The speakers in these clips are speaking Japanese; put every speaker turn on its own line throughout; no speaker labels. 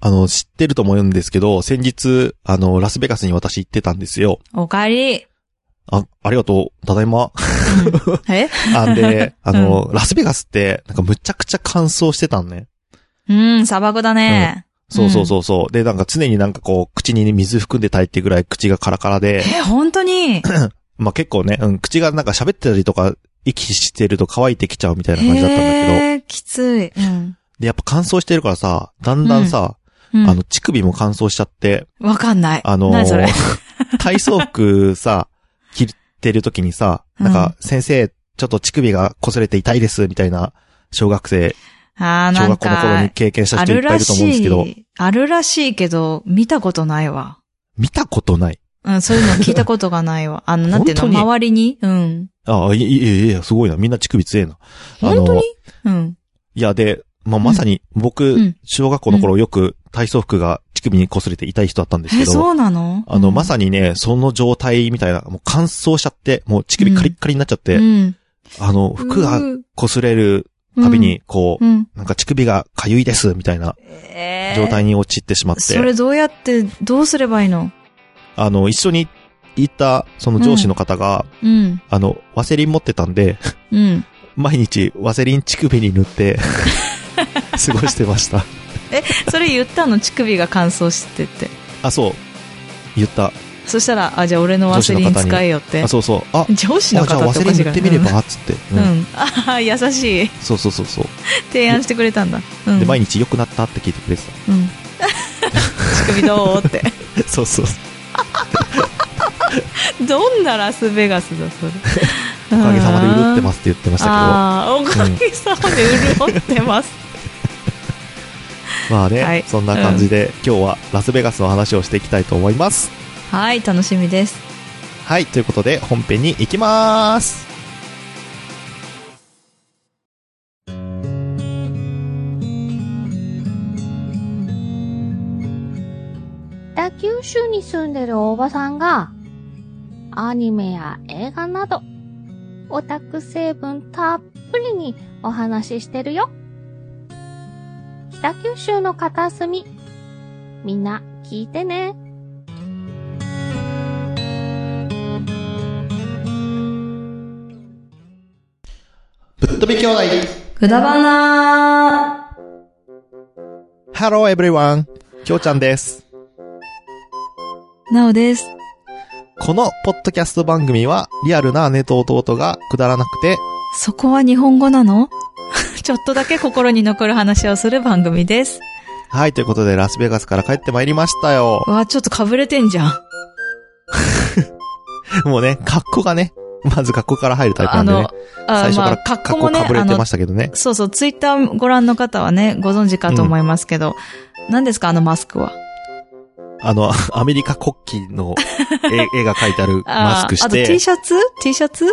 あの、知ってると思うんですけど、先日、あの、ラスベガスに私行ってたんですよ。
おかえり。
あ、ありがとう。ただい ま。
え
あ、で、あの、ラスベガスって、なんかむちゃくちゃ乾燥してたんね。
うん、砂漠だね。
そうそうそうそう。で、なんか常になんかこう、口にね水含んでたいってぐらい口がカラカラで、
え、本当に
まあ結構ね、うん、口がなんか喋ってたりとか、息してると乾いてきちゃうみたいな感じだったんだけど、
えー、きつい。うん。
で、やっぱ乾燥してるからさ、だんだんさ、
うん
あの、乳首も乾燥しちゃって、
わかんない。
あのー
何それ
体操服さ、着てる時にさ、なんか、先生、ちょっと乳首が擦れて痛いです、みたいな、小学生、
あー
小
なん
学校の頃に
か、
経験した
あ
人い
る
っぱいい
ら
ると思うんです
し
けど、
い。あるらしいけど、見たことないわ。
見たことない。
うん、そういうの聞いたことがな いわ。あの、なんていうの
本当に
周りにうん。
ああ、いやいやいや、すごいな。みんな乳首強えな。あ
本当
の
に、うん。
いや、で、まあ、まさに、僕、
うん
小学校の頃よく体操服が乳首に擦れて痛い人だったんです
え、
けど、
そうなの
あの、まさにね、その状態みたいな、もう乾燥しちゃって、もう乳首カリッカリになっちゃって、
うん。
あの、服が
う
擦れるたびに、こう、
ー、うん。
なんか乳首が痒いです、みたいな
えー
状態に陥ってしまって、
それどうやって、どうすればいいの
あの、一緒に行った、その上司の方が、
うん。
あの、ワセリン持ってたんで、
うん。
毎日ワセリン乳首に塗 って、過ごしてました。
え、それ言ったの乳首が乾燥してて。
あ、そう。言った。
そしたら、あ、じゃあ俺のワセリン使えよって
あ、。そうそう。あ、あ
上司
じゃ
の
あ
方
ワ
ってお
セリ
か
ン
し
塗
いか
って
ら
みれば、つって。
う。
うん。
うんんああ、優しい。
そうそうそうそう。
提案してくれたんだ。うん。
で、毎日良くなったって聞いてくれてた。
うん。乳首どうって。
そうそうそう。
どんなラスベガスだ、それ。。
おかげさまで潤ってますすって言ってましたけど。
ああ、おかげさまで潤ってます。
まあね、
はい
そんな感じで、今日はラスベガスの話をしていきたいと思います。
はい、楽しみです。
はい、ということで本編に行きまーす。
北九州に住んでるおばさんが、アニメや映画など、オタク成分たっぷりにお話ししてるよ。北九州の片隅、みんな聞いてね。
ぶっ飛び兄弟
くだばな
!Hello everyone! きょうちゃんです。
なおです。
このポッドキャスト番組は、リアルな姉と弟がくだらなくて、
そこは日本語なの ちょっとだけ心に残る話をする番組です。
はい、ということでラスベガスから帰ってまいりましたよ
う。わ、ちょっとかぶれてんじゃん。
もうね、格好がね、まず格好から入るタイプな
あ
んで
の
ね。、最初から
格
格
好
好
もね、
かぶれ
あ
て
の
ま、したけどね。
そうそう、ツイッターご覧の方はね、ご存知かと思いますけど、何ですか、あのマスクは。
あの、 アメリカ国旗の 絵絵が書いてあるマスクし
あーあと T
て、
シャツ ?T シャツ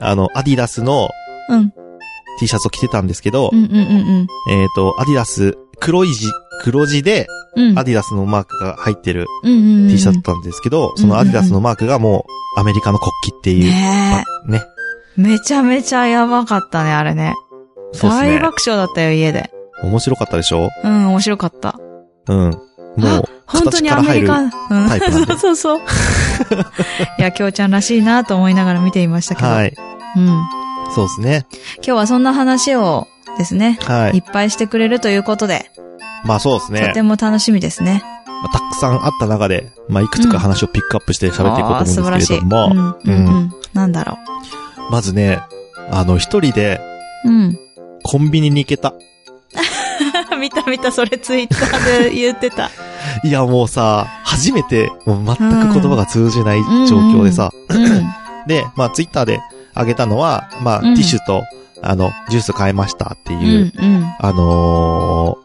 あの、アディダスの
うん。
T シャツを着てたんですけど、
うんうんうん
えっ、と、アディダス、黒い字、黒字で、
うん。うん。
アディダスのマークが入ってる
うんうんうん。
T シャツだったんですけど、そのアディダスのマークがもう、アメリカの国旗っていう、
ね
ね。
え。めちゃめちゃやばかったね、あれね。
そうです
大
ね。
爆笑だったよ、家で。
面白かったでしょ
うん、面白かった。
うん。もう、
本当にアメリカ、うん。
タイプなんで
そ うそうそう。いや、きょうちゃんらしいなと思いながら見ていましたけど。
はい。
うん。今
そうですね。
日はそんな話をですね、、
はいい。
っぱいしてくれるということで、
まあそうです
と
ね
て。も楽しみですね。
まあたくさんあった中で、まあいくつか話をピックアップして喋っていこうと思うんですけれど
あ
も、
ー素晴らしい。うん。うん、うん。なんだろ
まずね、あの、一人で
う。うん。
コンビニに行けた。
見た見た、それツイッター で言ってた。
いやもうさ、初めて、もう全く言葉が通じない状況でさ、
うん。
で、まあ、ツイッターであげたのは、まあ、
うん
ティッシュと、あの、ジュース買えましたって
う
いう、
ん、うん。
あのー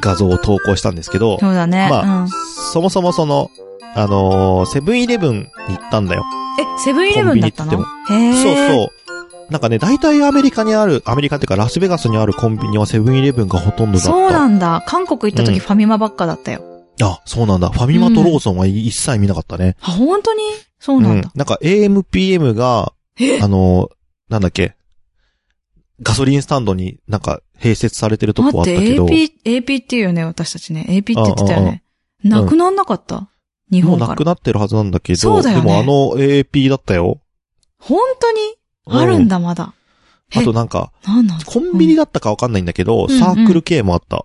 画像を投稿したんですけど、
そうだね。
ま
う
あ
ん、
そもそもその、あのーセブンイレブンに行ったんだよ。
え、セブンイレブンだったの
コンビ
へ
そう
え。
そう。なんかね、大体アメリカにある、アメリカっていうかラスベガスにあるコンビニはセブンイレブンがほとんどだった。
そうなんだ。韓国行った
うん
時ファミマばっかだったよ。
あ、そうなんだ。ファミマとローソンは一切見なかったね。
あ、本当にそうなんだ。
なんか AMPM が、あのーなんだっけ。ガソリンスタンドになんか併設されてるとこ
待
あ
っ
った
て、
けど、
AP、AP っていうよね、私たちね。AP って言ってたよね。なくなんなかった日
も
本
う
か
な
ら
く。なってるはずなんだけ
そ
ど、
うだよ
で
ね
もあの AP だったよ。
本当にあるんだ、まだ。
うん。あ
え
となんか、
なんなん
コンビニだったかわかんないんだけど、
うん
サークル系もあった。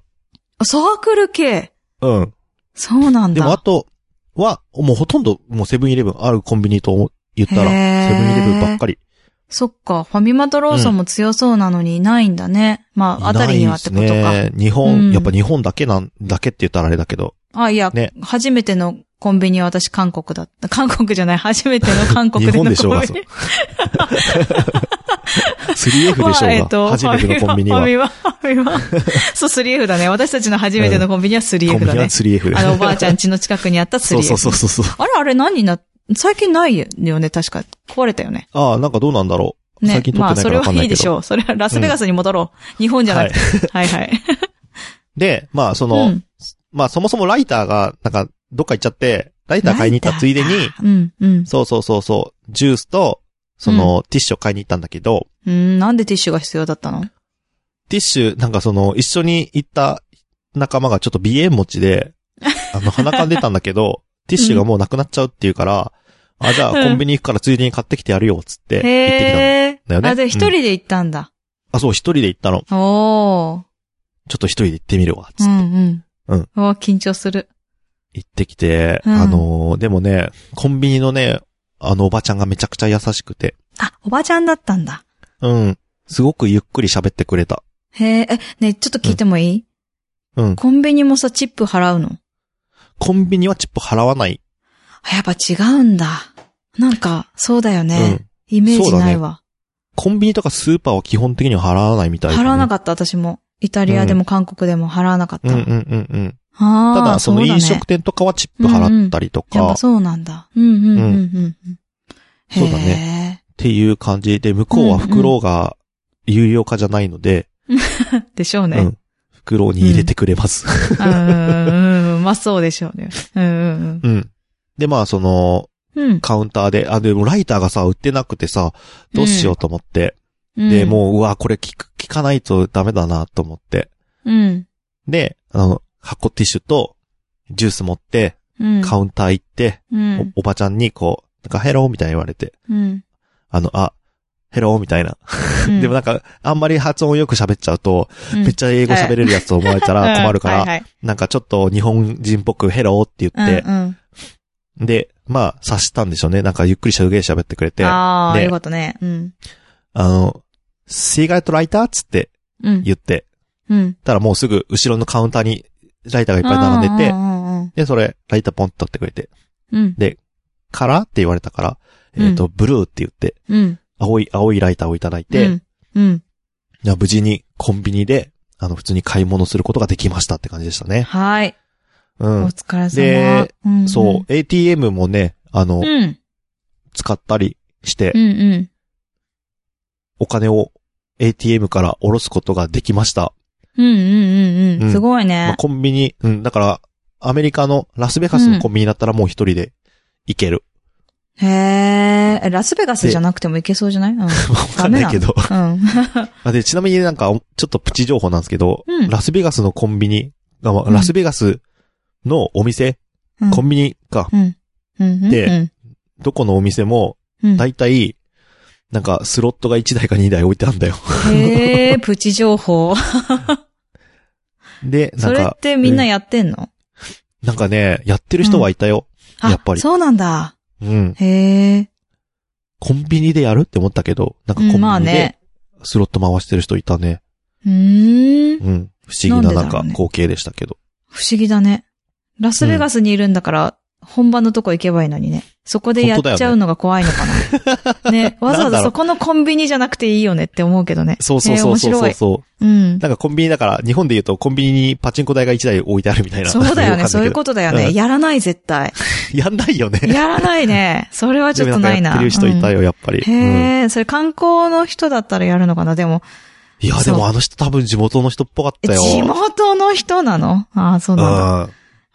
あサークル系。
うん。
そうなん
で
だ。
もあとは、もうほとんどもうセブンイレブンあるコンビニと言ったら、
へー
セブンイレブンばっかり。
そっか、ファミマとローソンも強そうなのにないんだね。まあ、あたりにはってこと
い
か
な。いですね。日
う
本、
ん
やっぱ日本だけなん、だけって言ったらあれだけど。
あ、いや、
ね
初めてのコンビニは私韓国だった。 韓国じゃない、初めての韓国での
日
コンビ
本
ニ。
でしょうが、そう。3F でしょ
まあえ
う
っと
が、初めてのコンビニは。
ファ
コン
ミマ、ファ ミマ。ファミマそう、3F だね。私たちの初めてのコンビニは
ビニは
3F だね。
3F で。
あの、おばあちゃん家の近くにあった 3F。
そうそうそうそうそう。
あれあれ何にな、最近ないよね、確か。壊れたよね。
ああ、なんかどうなんだろう。
ね。
最近撮
ま
っ
あ、
てないか
それ
らわ
は
かんないけ
い
ど。
いでしょう。それはラスベガスに戻ろう。日本じゃなくて。はいはい。
で、まあその、
うん。
まあそもそもライターが、なんか、どっか行っちゃって、ライター買いに行ったついでに、
うん、うん。
そうそうそうそう、ジュースと、その、ティッシュを買いに行ったんだけど、
うん、なんでティッシュが必要だったの
ティッシュ、なんかその、一緒に行った仲間がちょっと鼻炎持ち で、あの、鼻かんでたんだけど、ティッシュがもうなくなっちゃうっていうから、あ、じゃあ
うん
コンビニ行くからついでに買ってきてやるよ、つって、行ってきたの。
へ
だよね
ーあ、で、一人で行ったんだ。
あ、そう、一人で行ったの。
おー。
ちょっと一人で行ってみるわ、つ
う
って。
んうん。
うん。
うわ、緊張する。
行ってきて、
うん
あのーでもね、コンビニのね、あのおばちゃんがめちゃくちゃ優しくて、
あ、おばちゃんだったんだ。
うん、すごくゆっくり喋ってくれた。
へえ、え、ねえちょっと聞いてもいい
うん。
コンビニもさ、チップ払うの
コンビニはチップ払わない。
あやっぱ違うんだ。なんか、そうだよね。イメージないわ。
コンビニとかスーパーは基本的には払わないみたいだね、
払わな
かっ
かった、私も。イタリアでも韓国でも払わなかった。
うんうんうんうん。
ああ、
ただ、その
う
飲
ね
食店とかはチップ払ったりと
やっ
か、
ぱ
っ
そうなんだ。うんうんうんうんうん。へー
そうだていう感じで、向こうは袋が有料化じゃないので、
でしょう
うん
ね。うん
袋に入れてくれます。
うんうん。まあそうでしょうね。うんうん
うん。で、まあ、その、
うん。
カウンターで、あ、でもライターがさ、売ってなくてさ、どうしようと思って、
うん。
で、もう、うわ、これ聞く、聞かないとダメだなと思って。
うん、
で、あの、箱ティッシュと、ジュース持って、
うん。
カウンター行って、
うん。
おおばちゃんにこう、なんかヘローみたいに言われて、
うん。
あの、あ、ヘローみたいな。
うん
でもなんか、あんまり発音よく喋っちゃうと、
うん
めっちゃ英語喋れるやつと思われたら困るか
うんは
ら、
いはい
なんかちょっと日本人っぽくヘローって言って
う、んうん
で、まあ、察したんでしょうね。なんかゆっくりしゃげ喋ってくれて、あ
ああ、
で
よかったね。うん。
の、シーガイトライターっつって
うん。
言って、
うん。
たらもうすぐ後ろのカウンターにライターがいっぱい並んで
う
て、
んうん
で、それ、ライターポンって取ってくれて、
うん。
カラーって言われたから、
うん
えっと、ブルーって言って、
うん。
青い、青いライターをいただいて、
うん、うん。
いや無事にコンビニで、あの、普通に買い物することができましたって感じでしたね。
はい。
う
お
ん。
疲れ様。
で
うんうん
そう、。ATM もね、あの、
うん。
使ったりして
う、んうん。
お金を ATM から下ろすことができました。
うんうんうんう
うん
ん。すごい
まあ、
ね。
コンビニ、うん、だから、アメリカのラスベガスのコンビニだったらもう一人で行 ける。
へーえ。ラスベガスじゃなくてもいけそうじゃないうん。う
わかんないけど。
ん。
あで、ちなみになんか、ちょっとプチ情報なんですけど、
うん
ラスベガスのコンビニが、まあ
うん
ラスベガスのお店、
うん
コンビニか、
うん。うん。
で
うん、
どこのお店も、
うん
だいたい、なんか、スロットが1台か2台置いてあるん だよ。
へえ、プチ情報。
で、な
そ
ん
れ
か
っ、てみんなやってんの
なんかね、やってる人はいたよ。
あ
やっぱり
そうなんだ。
うん。
へえ。
コンビニでやるって思ったけど、なんか
う
コンビ
んまあ
ニで
ね。
スロット回してる人いたね。
うーん。
うん。不思議なな
な
んん
でだろ
か
うね
光景でしたけど。
不思議だね。ラスベガスにいるんだから、本場のとこ行けばいいのにね。そこでやっちゃうのが怖いのかな。ね わざわざそこのコンビニじゃなくていいよねって思うけどね。
そうそうそうそうそう
えー面白い。
そう。
うん。
なんかコンビニだから、日本で言うとコンビニにパチンコ台が1台置いてあるみたいな。
そうだ よ
わかんな
ね。
けど
そういうことだよ
う
ね。
ん
やらない、絶対。
やんないよね。
やらな いね。それはちょっとな
で
い
もんかやっ
な。
てる人いた
よ。
よ、やっぱり。うん
へえ、それ観光の人だったらやるのかなでも、
いや、でもあの人多分地元の人っぽかっ
え
たよ。
地元の人なのああ、そうなんだ。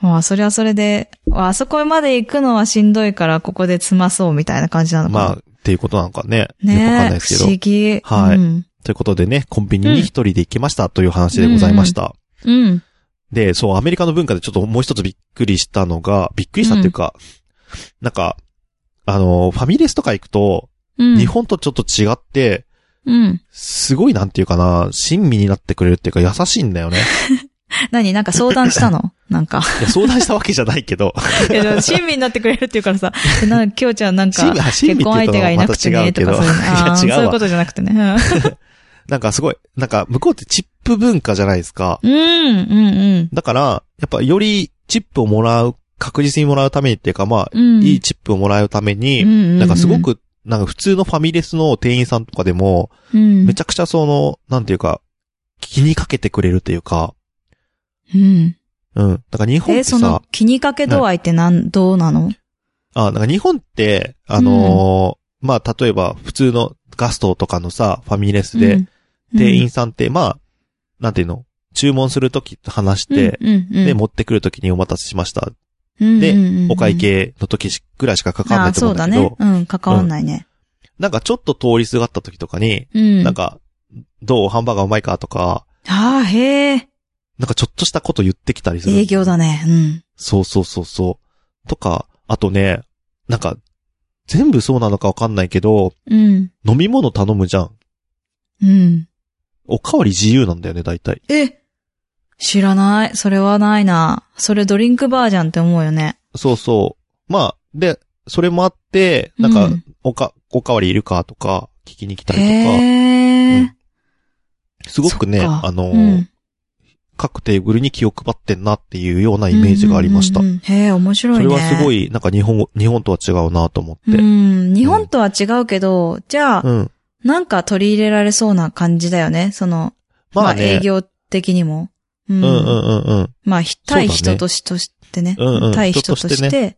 うん。
まあ、それはそれで、あそこまで行くのはしんどいから、ここで済まそうみたいな感じなのかな。
まあ、っていうことなのかね。よくわかん
ね
ない
え、
ですけ
不
ど
思。議。
はい
うん
ということでね、コンビニに一人で行きましたという話でございました。
うん。
で、そう、アメリカの文化でちょっともう一つびっくりしたのが、びっくりしたっていうか、なんか、あの、ファミレスとか行くと、
うん。
日本とちょっと違って、
うん。
すごいなんていうかな、親身になってくれるっていうか優しいんだ よね。
何なんか相談したの なん か。
いや相談したわけじゃないけど、
いや、でも親身になってくれるっていうか らさ、えなんか、きょうちゃんなんか、
親身、親身って
結婚
言う
相
と
手がいな
ま
くて
た違
ね、
う
と
けど、
かそういうの。あー
いや
そう
違
いううこ
わ。
とじゃなくてね。うん
なんかすごい、なんか向こうってチップ文化じゃないですか。
うん、うん、
だから、やっぱよりチップをもらう、確実にもらうためにっていうか、まあ、
うん。
いいチップをもらうために、
に
なんかすご、く、なんか普通のファミレスの店員さんとかでも、
め
めちゃくちゃその、なんていうか、気にかけてくれるっていうか、
うん。
うん。だから日本っ
え、
て
そ
さ
の、、気にかけ度合いってなん、どうなの
あ、なんか日本って、あのーまあ、例えば普通のガストとかのさ、ファミレスで、
うん、
店員さんって、まあ、なんていうの、注文するときと話して、で、
で、
持ってくるときにお待たせしました。で
で
お会計のときぐらいしかかかん
あ
な
あ
い
ー、
と思
そううん
だ
だ
けど、
ね。うん、関わんないね。
なんかちょっと通りすがったときとかに、
うん。
なん、か、どうハンバーガーうまいかとか、
ああ、へえ、
なんかちょっとしたこと言ってきたりする。
営業だね。うん。
そうそうそうそう。とか、あとね、なんか、全部そうなのかわかんないけど、
うん。
飲み物頼むじゃん。
うん。
おかわり自由なんだよね、大体。
え知らない。それはないな。それドリンクバーじゃんって思うよね。
そうそう。まあ、で、それもあって、なんか、
うん
おか、おかわりいるかとか、聞きに来たりとか、
へ
う
え
ん。すごくね、
そっか
あの、
うん
各テーブルに気を配ってんなっていうようなイメージがありました。
うんうんうんへえ、面白い
そ
ね。
れはすごい、なんか日本、日本とは違うなと思って。
うん。日本とは違うけど、じゃあ、
うん。
なんか取り入れられそうな感じだよね。その、
まあ
営
ね。
業的にも。う
うんんうんうんうん。
まあ、ひ
そうだ
対
ね
人としとしてね。
うんうん
対人として。
人として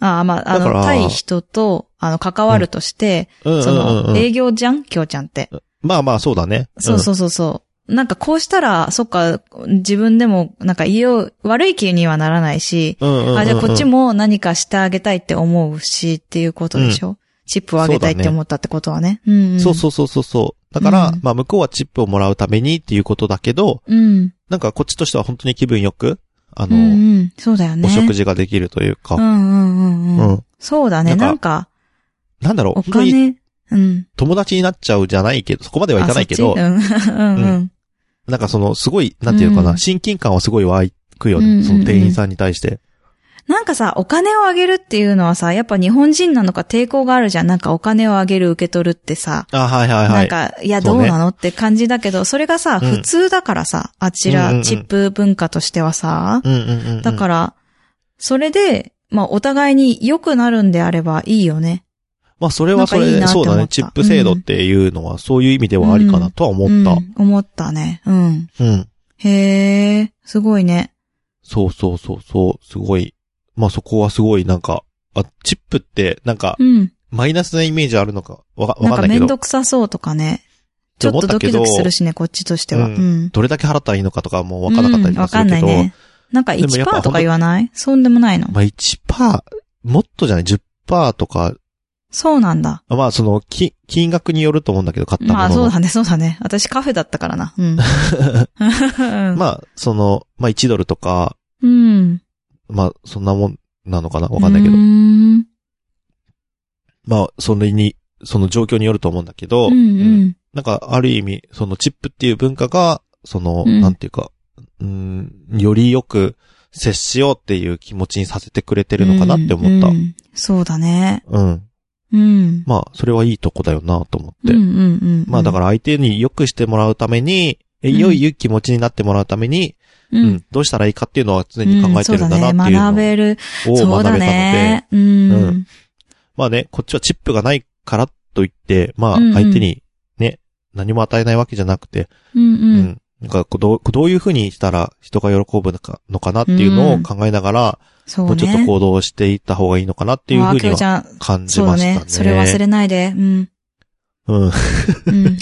ああ、まあ、あ
だか
の、
ら
対人と、あの、関わるとして、
うんうん
その、
うんうん。
営業じゃんきょうちゃんって。
まあまあ、そうだね。
そうそうそうそう。なんかこうしたら、そっか、自分でも、なんか言おう、悪い気にはならないし、
うん。うんうんうんうん。
あ、じゃあこっちも何かしてあげたいって思うし、っていうことでしょ、チップをあげたいって思ったってことはね。うん、うん。
そうそうそうそうそう。だから、
うん
まあ向こうはチップをもらうためにっていうことだけど、
う。うん。
なんかこっちとしては本当に気分よく、あ
う
の、
んうん。そうだよね。
お食事ができるという
う
か、
んうんうん
う。
うんん。そうだ
だ
ね。
から
なんか、
なんだろう、
お
本当に
金、うん。
友達になっちゃうじゃないけど、そこまではいかないけど、
あそっちうん。うんうん。
なんかその、すごい、なんていうのかな、
うん
親近感はすごい湧くよ
うんうんう
ね、
ん
その店員さんに対して。
なんかさ、お金をあげるっていうのはさ、やっぱ日本人なのか抵抗があるじゃん。なんかお金をあげる、受け取るってさ。
あ、はいはいは
なん
い。
か、いや、
そ
ど
う
う
ね
なのって感じだけど、それがさ、
うん
普通だからさ、あち
うんうんう
ら、
ん
チップ文化としてはさ
う、んうんうんうん。
だから、それで、まあ、お互いに良くなるんであればいいよね。
まあそれはそれ
なんかいい
で、
なって
そ
思
う
った
だね、チップ制度っていうのは、そういう意味ではありかなとは思っ
うん思ったね。うん。
た。うん。
へえ、すごいね。
そうそうそうそう、すごい。まあそこはすごいなんか、あ、チップってなんか、
うん。
マイナスなイメージあるのか、わか、わ
なん
かん
か
な
め
いけ
ん
ど
ど、くさそうとかね。ちょっ
思っ
と
た
ド
け
キ
ど
ドキするしね、こっちとしては。
う
うんん。
どれだけ払ったらいいのかとかもうわからなかったりと
う
か
んわ
する
かん
け
ない
ど、
ね。なんか
でもやっぱ
1%とか言わないそんでもないの
ま。あ1%パー、もっとじゃない、10%とか、
そうなんだ。
まあその、き、金額によると思うんだけど、買ったもの
まあ
の
そうだね、そうだね。私カフェだったか らな。うん。まあ、
まあ、その、まあ1ドルとか、
うん。
まあそんなもんなのかなわかんないけど
うー。ん。
まあ、それに、その状況によると思うんだけど、
うんうん。
なんか、ある意味、そのチップっていう文化が、その、
うん
なんていうか、うん、よりよく接しようっていう気持ちにさせてくれてるのかなって思った。
う
うん。
うんんそうだね。うん。
まあ、それはいいとこだよなと思って。
うんうんうん。、
まあ、だからら相手に良くしてもらうために、え
うん
良い気持ちになってもらうために、
う
うん、
ん。
どうしたらいいかっていうのは常に考えてるんだなっていう
そうだね。学べる。
のを
そう
学
だ
べたので、
ね。う。
うんまあね、こっちはチップがないからといって、まあ、
うんうん
相手にね、何も与えないわけじゃなくて、
うん
う
うん。
ん。なんかこうどう、どういうふうにしたら人が喜ぶのかのかなっていうのを考えながら、
そうね。
もうちょっと行動していった方がいいのかなっていうふうに
わあきょち
は
ゃん
感じ
そうだ
ましたね。
ね。それ忘れないで。うん。
うん。
うん。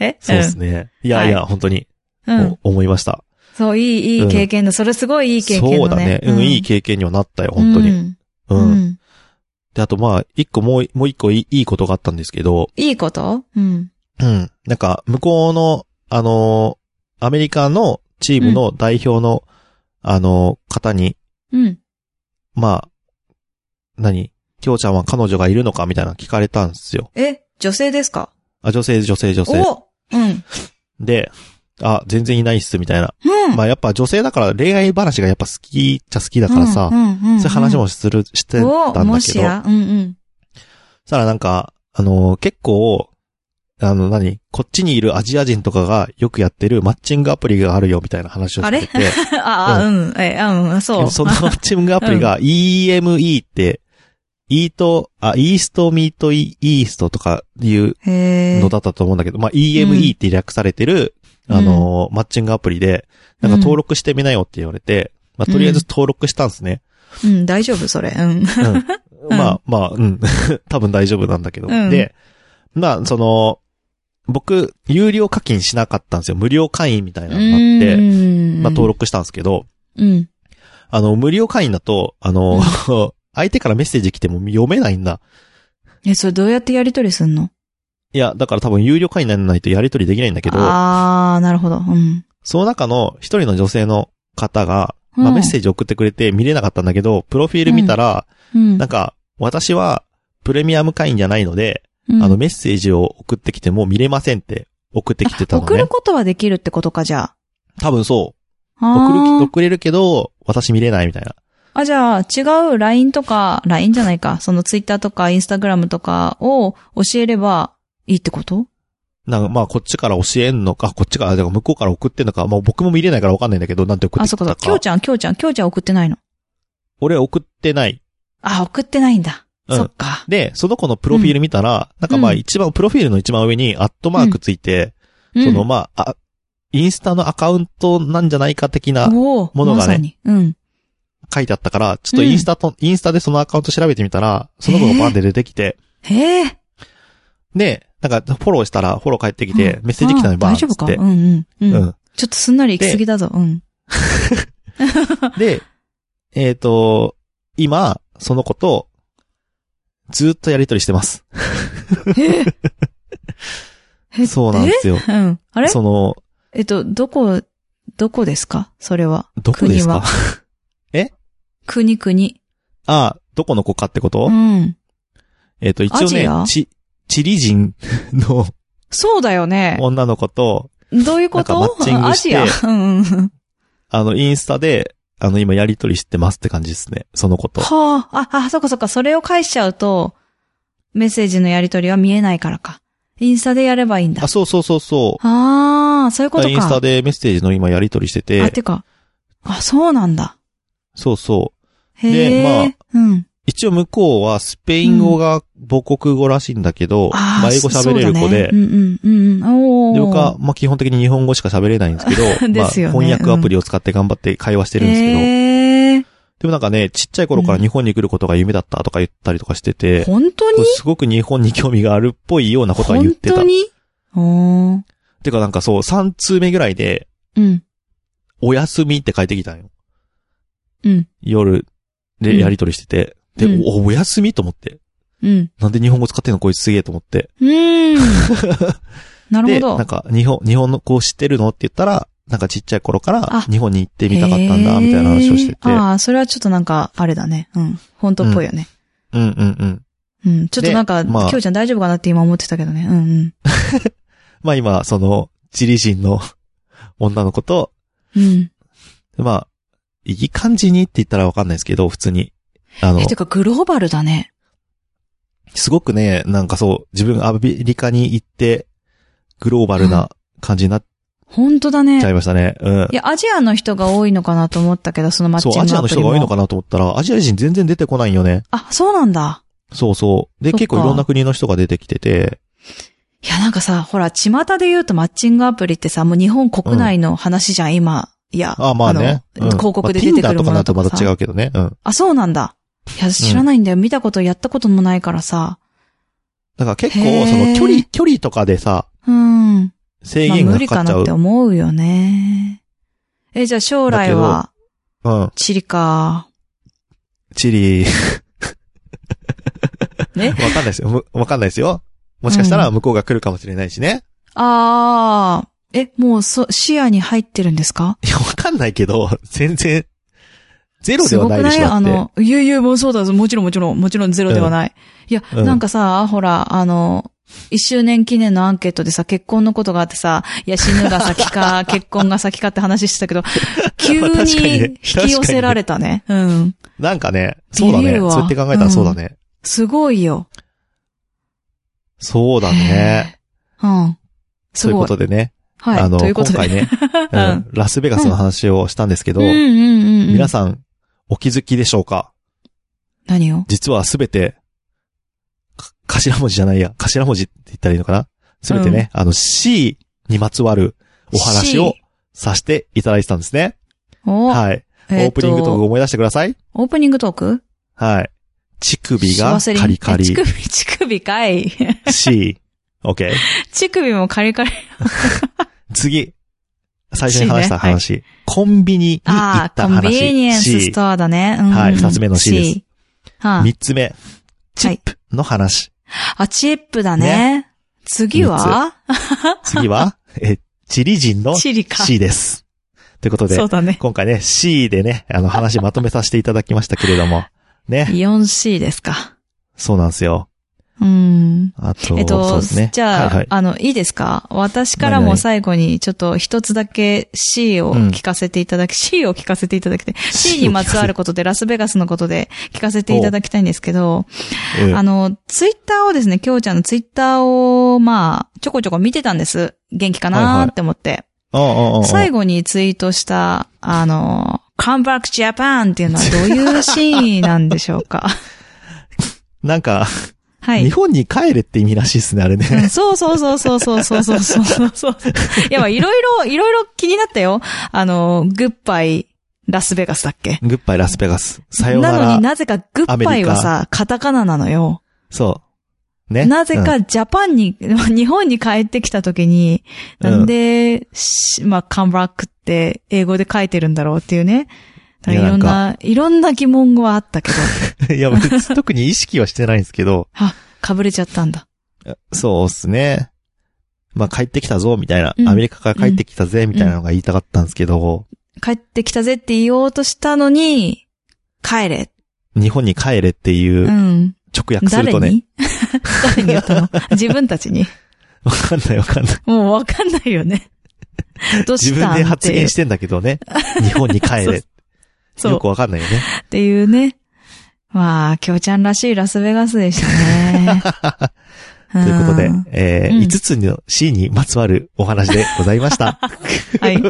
え
そうですね。いやいや、本当に、
うんうん。
お思いました。
そう、いい、いい経験だ。それすごいいい経験だね。
そうだね。うん、いい経験にはなったよ、本当に。
に。
う。
うんん。
で、あとまあ、一個もう、もう一個いいいいことがあったんですけど、
いいことうん。
うん。なんか、向こうの、あのーアメリカのチームの代表の、あのー方に、
うん。
まあ、何きょうちゃんは彼女がいるのかみたいな聞かれたんですよ。
え、女性ですか
あ、女性、女性、女性。
おうん。
で、あ、全然いないっす、みたいな。
うん。
まあやっぱ女性だから恋愛話がやっぱ好きっちゃ好きだからさ、
うんうんうんうん
そういう話もする、してたんだけ
お
ど、
も
そ
しや。うんうん。
したらなんか、あのー結構、あの、何こっちにいるアジア人とかがよくやってるマッチングアプリがあるよ、みたいな話をしてて。
あ、あうん。え、あうん、そう。
そのマッチングアプリが EME って、イート、あ、イーストミートイイーストとかいう
へー
のだったと思うんだけど、まあ、EME って略されてる、
うん
あのーマッチングアプリで、なんか登録してみなよって言われて、まあ、とりあえず登録したんですね。
うん、大丈夫、それ。うん。
うん。まあ、まあ、うん。 多分大丈夫なんだけど。
うん
で、まあ、その、僕、有料課金しなかったんですよ。無料会員みたいなのがあって、まあ、登
録。
録したんですけど、
うん。
あの、無料会員だと、あの、相手からメッセージ来ても読めないんだ。
え、それどうやってやりとりすんの
いや、だから多分有料会員にならないとやりとりできないんだけど、
あー、なるほど。うん。
その中の一人の女性の方が、まあ、
うん
メッセージ送ってくれて見れなかったんだけど、プロフィール見たら、
うん。
なんか、私はプレミアム会員じゃないので、
うん
あのメッセージを送ってきても見れませんって送ってきてたの
送
ね
る。ことはできるってことか、じゃ
多分そ
あ。
う。送
あ
る、
ー
送れるけど、私見れないみたいな。
あ、じゃあ、違う LINE とか、LINE じゃないか、その Twitter とか Instagram とかを教えればいいってこと
なんか、まあ、こっちから教えんのか、こっちから、だから向こうから送ってんのか、まあ、僕も見れないからわかんないんだけど、なんて送っ
あ、
てき
そったか
か
そっか。。きょうちゃん、きょうちゃん、きょうちゃん送ってないの。
俺送ってない。
あ、送ってないんだ。
うん
そっか。
で、その子のプロフィール見たら、なんかまあ
うん
一番、プロフィールの一番上にアットマークついて、
うん
その、まあ、あ、インスタのアカウントなんじゃないか的な
おー
ものがね
まさに。うん。
書いてあったから、ちょっとインスタと、インスタでそのアカウント調べてみたら、その子がバンって出てきて、
へえ。
で、なんかフォローしたらフォロー返ってきて、メッセージ来たの
あ
にバンっ
大
て
丈夫か
って
うん。うん。うん。
うん
ちょっとすんなり行き過ぎだぞ。うん。
で、えっ、と、今、その子と、ずーっとやりとりしてます。
え
そうなんですよ。
えうん。あれ
その、
えっと、どこ、どこですかそれは。
どこです
国
か
は国国。
あ、どこの子かってこと、
うん。
えっ、と、一応ね
アジア、
チ、チリ人の
そうだよね。
女の子と、
どういうこと
なんかマッチングして
アジア。うんうんうん。
あの、インスタで、あの、今やりとりしてますって感じですね。その子と。
はあ、あ、あ、そっかそっか。それを返しちゃうと、メッセージのやり取りは見えないからか。インスタでやればいいんだ。
あ、そうそうそうそう。
ああ、そういうことか。
インスタでメッセージの今やりとりして
あ、
て、
てか。あ、そうなんだ。
そうそう。
へえ。
で
うん。
一応向こうはスペイン語が母国語らしいんだけど、
あー
まあ英語喋れる子で
そうだね、うんうんうんうん。おー
で、僕は、まあ基本的に日本語しか喋れないんですけど、
ですよね
まあ翻訳アプリを使って頑張って会話してるんですけど、
へえ。
でもなんかね、ちっちゃい頃から日本に来ることが夢だったとか言ったりとかしてて、
本当に
これすごく日本に興味があるっぽいようなことは言ってた。
本当におー。
てかなんかそう、3通目ぐらいで、
うん。
おやすみって書いてきたんよ。
うん。
夜
うん
でやりとりしてて。
うん
で、お、おやすみと思って。
うん。
なんで日本語使ってんのこいつすげえと思って。
うーん。なる
で、
ほ
なん
ど。
か、日本、日本の子を知ってるのって言ったら、なんかちっちゃい頃から
あ
日本に行ってみたかったんだ、みたいな話をしてて。
へーああ、それはちょっとなんか、あれだね。うん。本当っぽいよね。
うんうんうん。
うん。ちょっとなんか、
でまあ
きょうちゃん大丈夫かなって今思ってたけどね。うんうん。
まあ今、その、チリ人の 女の子と、
うん。
まあ、いい感じにって言ったらわかんないですけど、普通に。あの
え、、てかグローバルだね。
すごくね、なんかそう、自分アメリカに行って、グローバルな感じになっ
本当だ
ちゃい
ね。
ましたね。うん
い。や、アジアの人が多いのかなと思ったけど、そのマッチ
そ
ング
う、
ア
ア
プリ
ジ
も。
アの人が多いのかなと思ったら、アジア人全然出てこないんよね。
あ、そうなんだ。
そうそう。で、
そっか
結構いろんな国の人が出てきてて、
いや、なんかさ、ほら、巷で言うとマッチングアプリってさ、もう日本国内の話じゃん、今。いや。
あまあね。
の
うん
広告で出てくるも
ま
の
あ Tinder と
と
か
か
だ
さ。
とまた違うけどね。うん。
あ、そうなんだ。いや、知らないんだよ。見たこと、やったこともないからさ。
だから結
へ
構、
ー
その距離、距離とかでさ、
うん。
制
まあ、
限
無
がか
理
か
か
っちゃ
なって思うよね。え、じゃあ将来は、
う。うん。
チリか。
チリ、
え
わかんないですよ。むわかんないですよ。もしかしたら向こうが来るかもしれないしね。
あー、え、もうそ、視野に入ってるんですか
いや、わかんないけど、全然、ゼロではないでしょ。
すごく
だ
あ
って
の、いやいや、もうそうだぞ。もちろんもちろん、もちろんゼロではない。いや、
うん
なんかさ、ほら、あの、一周年記念のアンケートでさ、結婚のことがあってさ、いや、死ぬが先 か、結婚が先かって話してたけど、急
まあ確かに
に
ね
引き寄せられたね。うん。
なんかね、そうだ
ビビ
ね。
るわ
そうやって考えたらそうだね。
すごいよ。
そうだね。
へー。うん。す
そういう
ご
こ
い。
とでね。
はい。
あの、
という
今
ことで。
回 ね、う
うん
ん、ラスベガスの話をしたんですけど、
うんうんうんうん。
皆さん、お気づきでしょうか
何を
実はすべて、か頭文字じゃないや、頭文字って言ったらいいのかなすべてね、あの C にまつわるお話を
C
させていただいてたんですね。
お
はい。オ
え
ー
っと
プニングトーク思い出してください。
オープニングトーク
はい。乳首が
ワセリン
カリカ
え乳
リ。
首、 乳首かい。
C。OK。
乳首もカリカリ。
次。最初に話した話。コンビニに行
あ
っ
あ、
た
コンビ
話。
ニエンスス
C。
トアだね。うんうん
はい二つ目の C です。
はい、
三つ目。チップの話。
あ、チップだね。次は
次 は、え、チリ人の
チリか。
C です。ということで
そ、うだね。
今回ね、C でね、あの話まとめさせていただきましたけれども、ね、
4C ですか。
そうなんですよ。
うん。
あと、
えっ
そう
と、
ですね。
じゃあ、
はいはい、
あの、いいですか私から
何
も
々
最後にちょっと一つだけ C を
うん
聞かせていただき、C を聞かせていただきて、
C
C にまつわることで、ラスベガスのことで聞かせていただきたいんですけど、
うん
あの、ツイッターをですね、きょうちゃんのツイッターを、まあ、ちょこちょこ見てたんです。元気かなーって思って。
うんうんうん
最後にツイートした、あの、Come back Japan っていうのはどういうシーンなんでしょう か
なんか、
は
日
い。
本に帰れって意味らしいですね、あれね。
そうそうそうそうそうそうそうそうそう そう。いや、まあいろいろ、いろいろ気になったよ。あの、グッバイ、ラスベガスだっけ
グッバイラスベガス。さよう
な
なら。
のになぜかグッバイはさ、カタカナなのよ。
そう。ね。
なぜ
う
か
ん
ジャパンに、 日本に帰ってきた時に、なんで、しまあ、カムバックって英語で書いてるんだろうっていうね。だからいろん
いや
な、いろんな疑問はあったけど。
いや、別に特に意識はしてないんですけど、
あ、かぶれちゃったんだ。
そうっすね。まあ、帰ってきたぞ、みたいな。
うん
アメリカから帰ってきたぜ、みたいなのが言いたかったんですけど、
帰ってきたぜって言おうとしたのに、帰れ。。
日本に帰れっていううん直訳する
誰
とね、
に 誰に言ったの自分たちに。
わかんないわかんない。
もうわかんない よね。どう
自
した
分
ん
で発言しててんだけどね。日本に帰れ。
そう
よくわかんないよね。
いうっていうね。まあ、きょうちゃんらしいラスベガスでしたね。と
ということで、えー
うん
5つの C にまつわるお話でございました。
はい。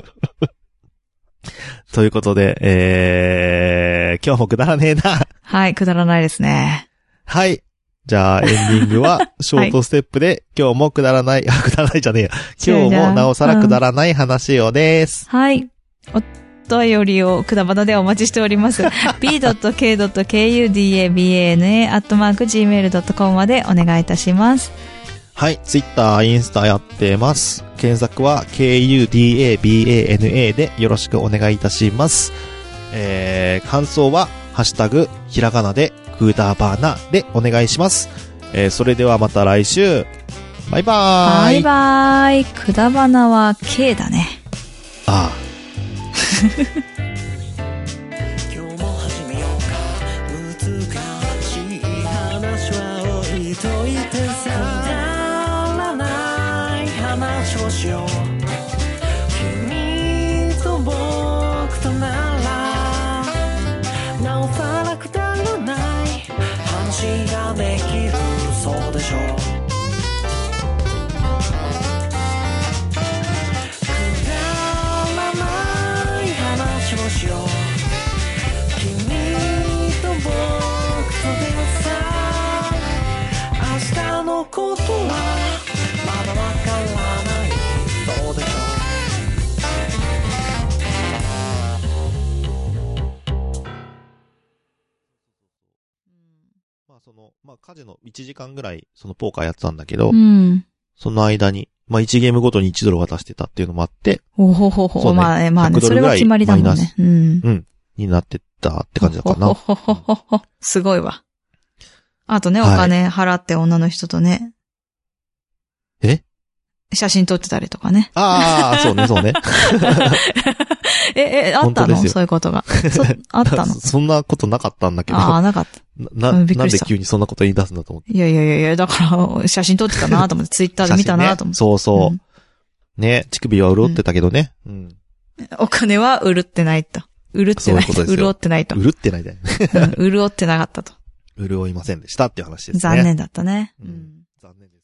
ということで、えー、今日もくだらねえな。
はい、くだらないですね。
はい。じゃあ、エンディングは、 ショートステップで、今日もくだらない、あ、 くだらないじゃねえや。今日もなおさらくだらない話をです。
はい。お便りをくだばなでお待ちしており ます。b.k.kudabana.gmail.com までお願いいたします。
はい、ツイッター、インスタやってます。検索は KUDABANA でよろしくお願いいたします。えー、感想は、ハッシュタグ、ひらがなで、くだばなでお願いします。えー、それではまた来週。バイバ
バ
ーイ。
イバイ。くだばなは K だね。
ああ
今日も始めようか難しい話は置いといてさくだらない話をしよう君と僕とならなおさらくだらない話ができるそうでしょうくだらない話をしよう「君と僕とでさ」「明日のことはまだわからない」「どうでしょう」
まあその、まあ家事の1時間ぐらい、そのポーカーやってたんだけど、
うん。
その間に、まあ1ゲームごとに1ドル渡してたっていうのもあって、
おほ
そ
ほほ。
うね
まあね、まあね、
100ド
そ
ル
れ
ぐら
はい決まりだも
マイ
ん
ナ
ね。うん。
になってったって感じだった
ほ
な。
ほほ ほほほ。すごいわ。あとね、お
はい
金払って女の人とね、
え
写真撮ってたりとかね。
ああ、そうね、 そうね。
え、え、あった
本当で
の
すよ
そういうことが。 そあったの
そんなことなかったんだけど。
ああ、
な、
なかった。
な
う
なんん
びっくりし
で
た
急にそんなこと言い出すんだと思って。
いやいやいやいや、だから、写真撮ってたなと思って、ツイッターで見たなと思って。
写真ねそうそう。
うん
ね、乳首は潤ってたけどね。うん。
お金は売るってないと。売るってない
そういうこと
と。
ですよ
潤ってないと。
潤って ないだよね。
うん潤ってなかったと。
潤いませんでしたっていう話ですね。
残。念だったね。
う
うんん
残念です。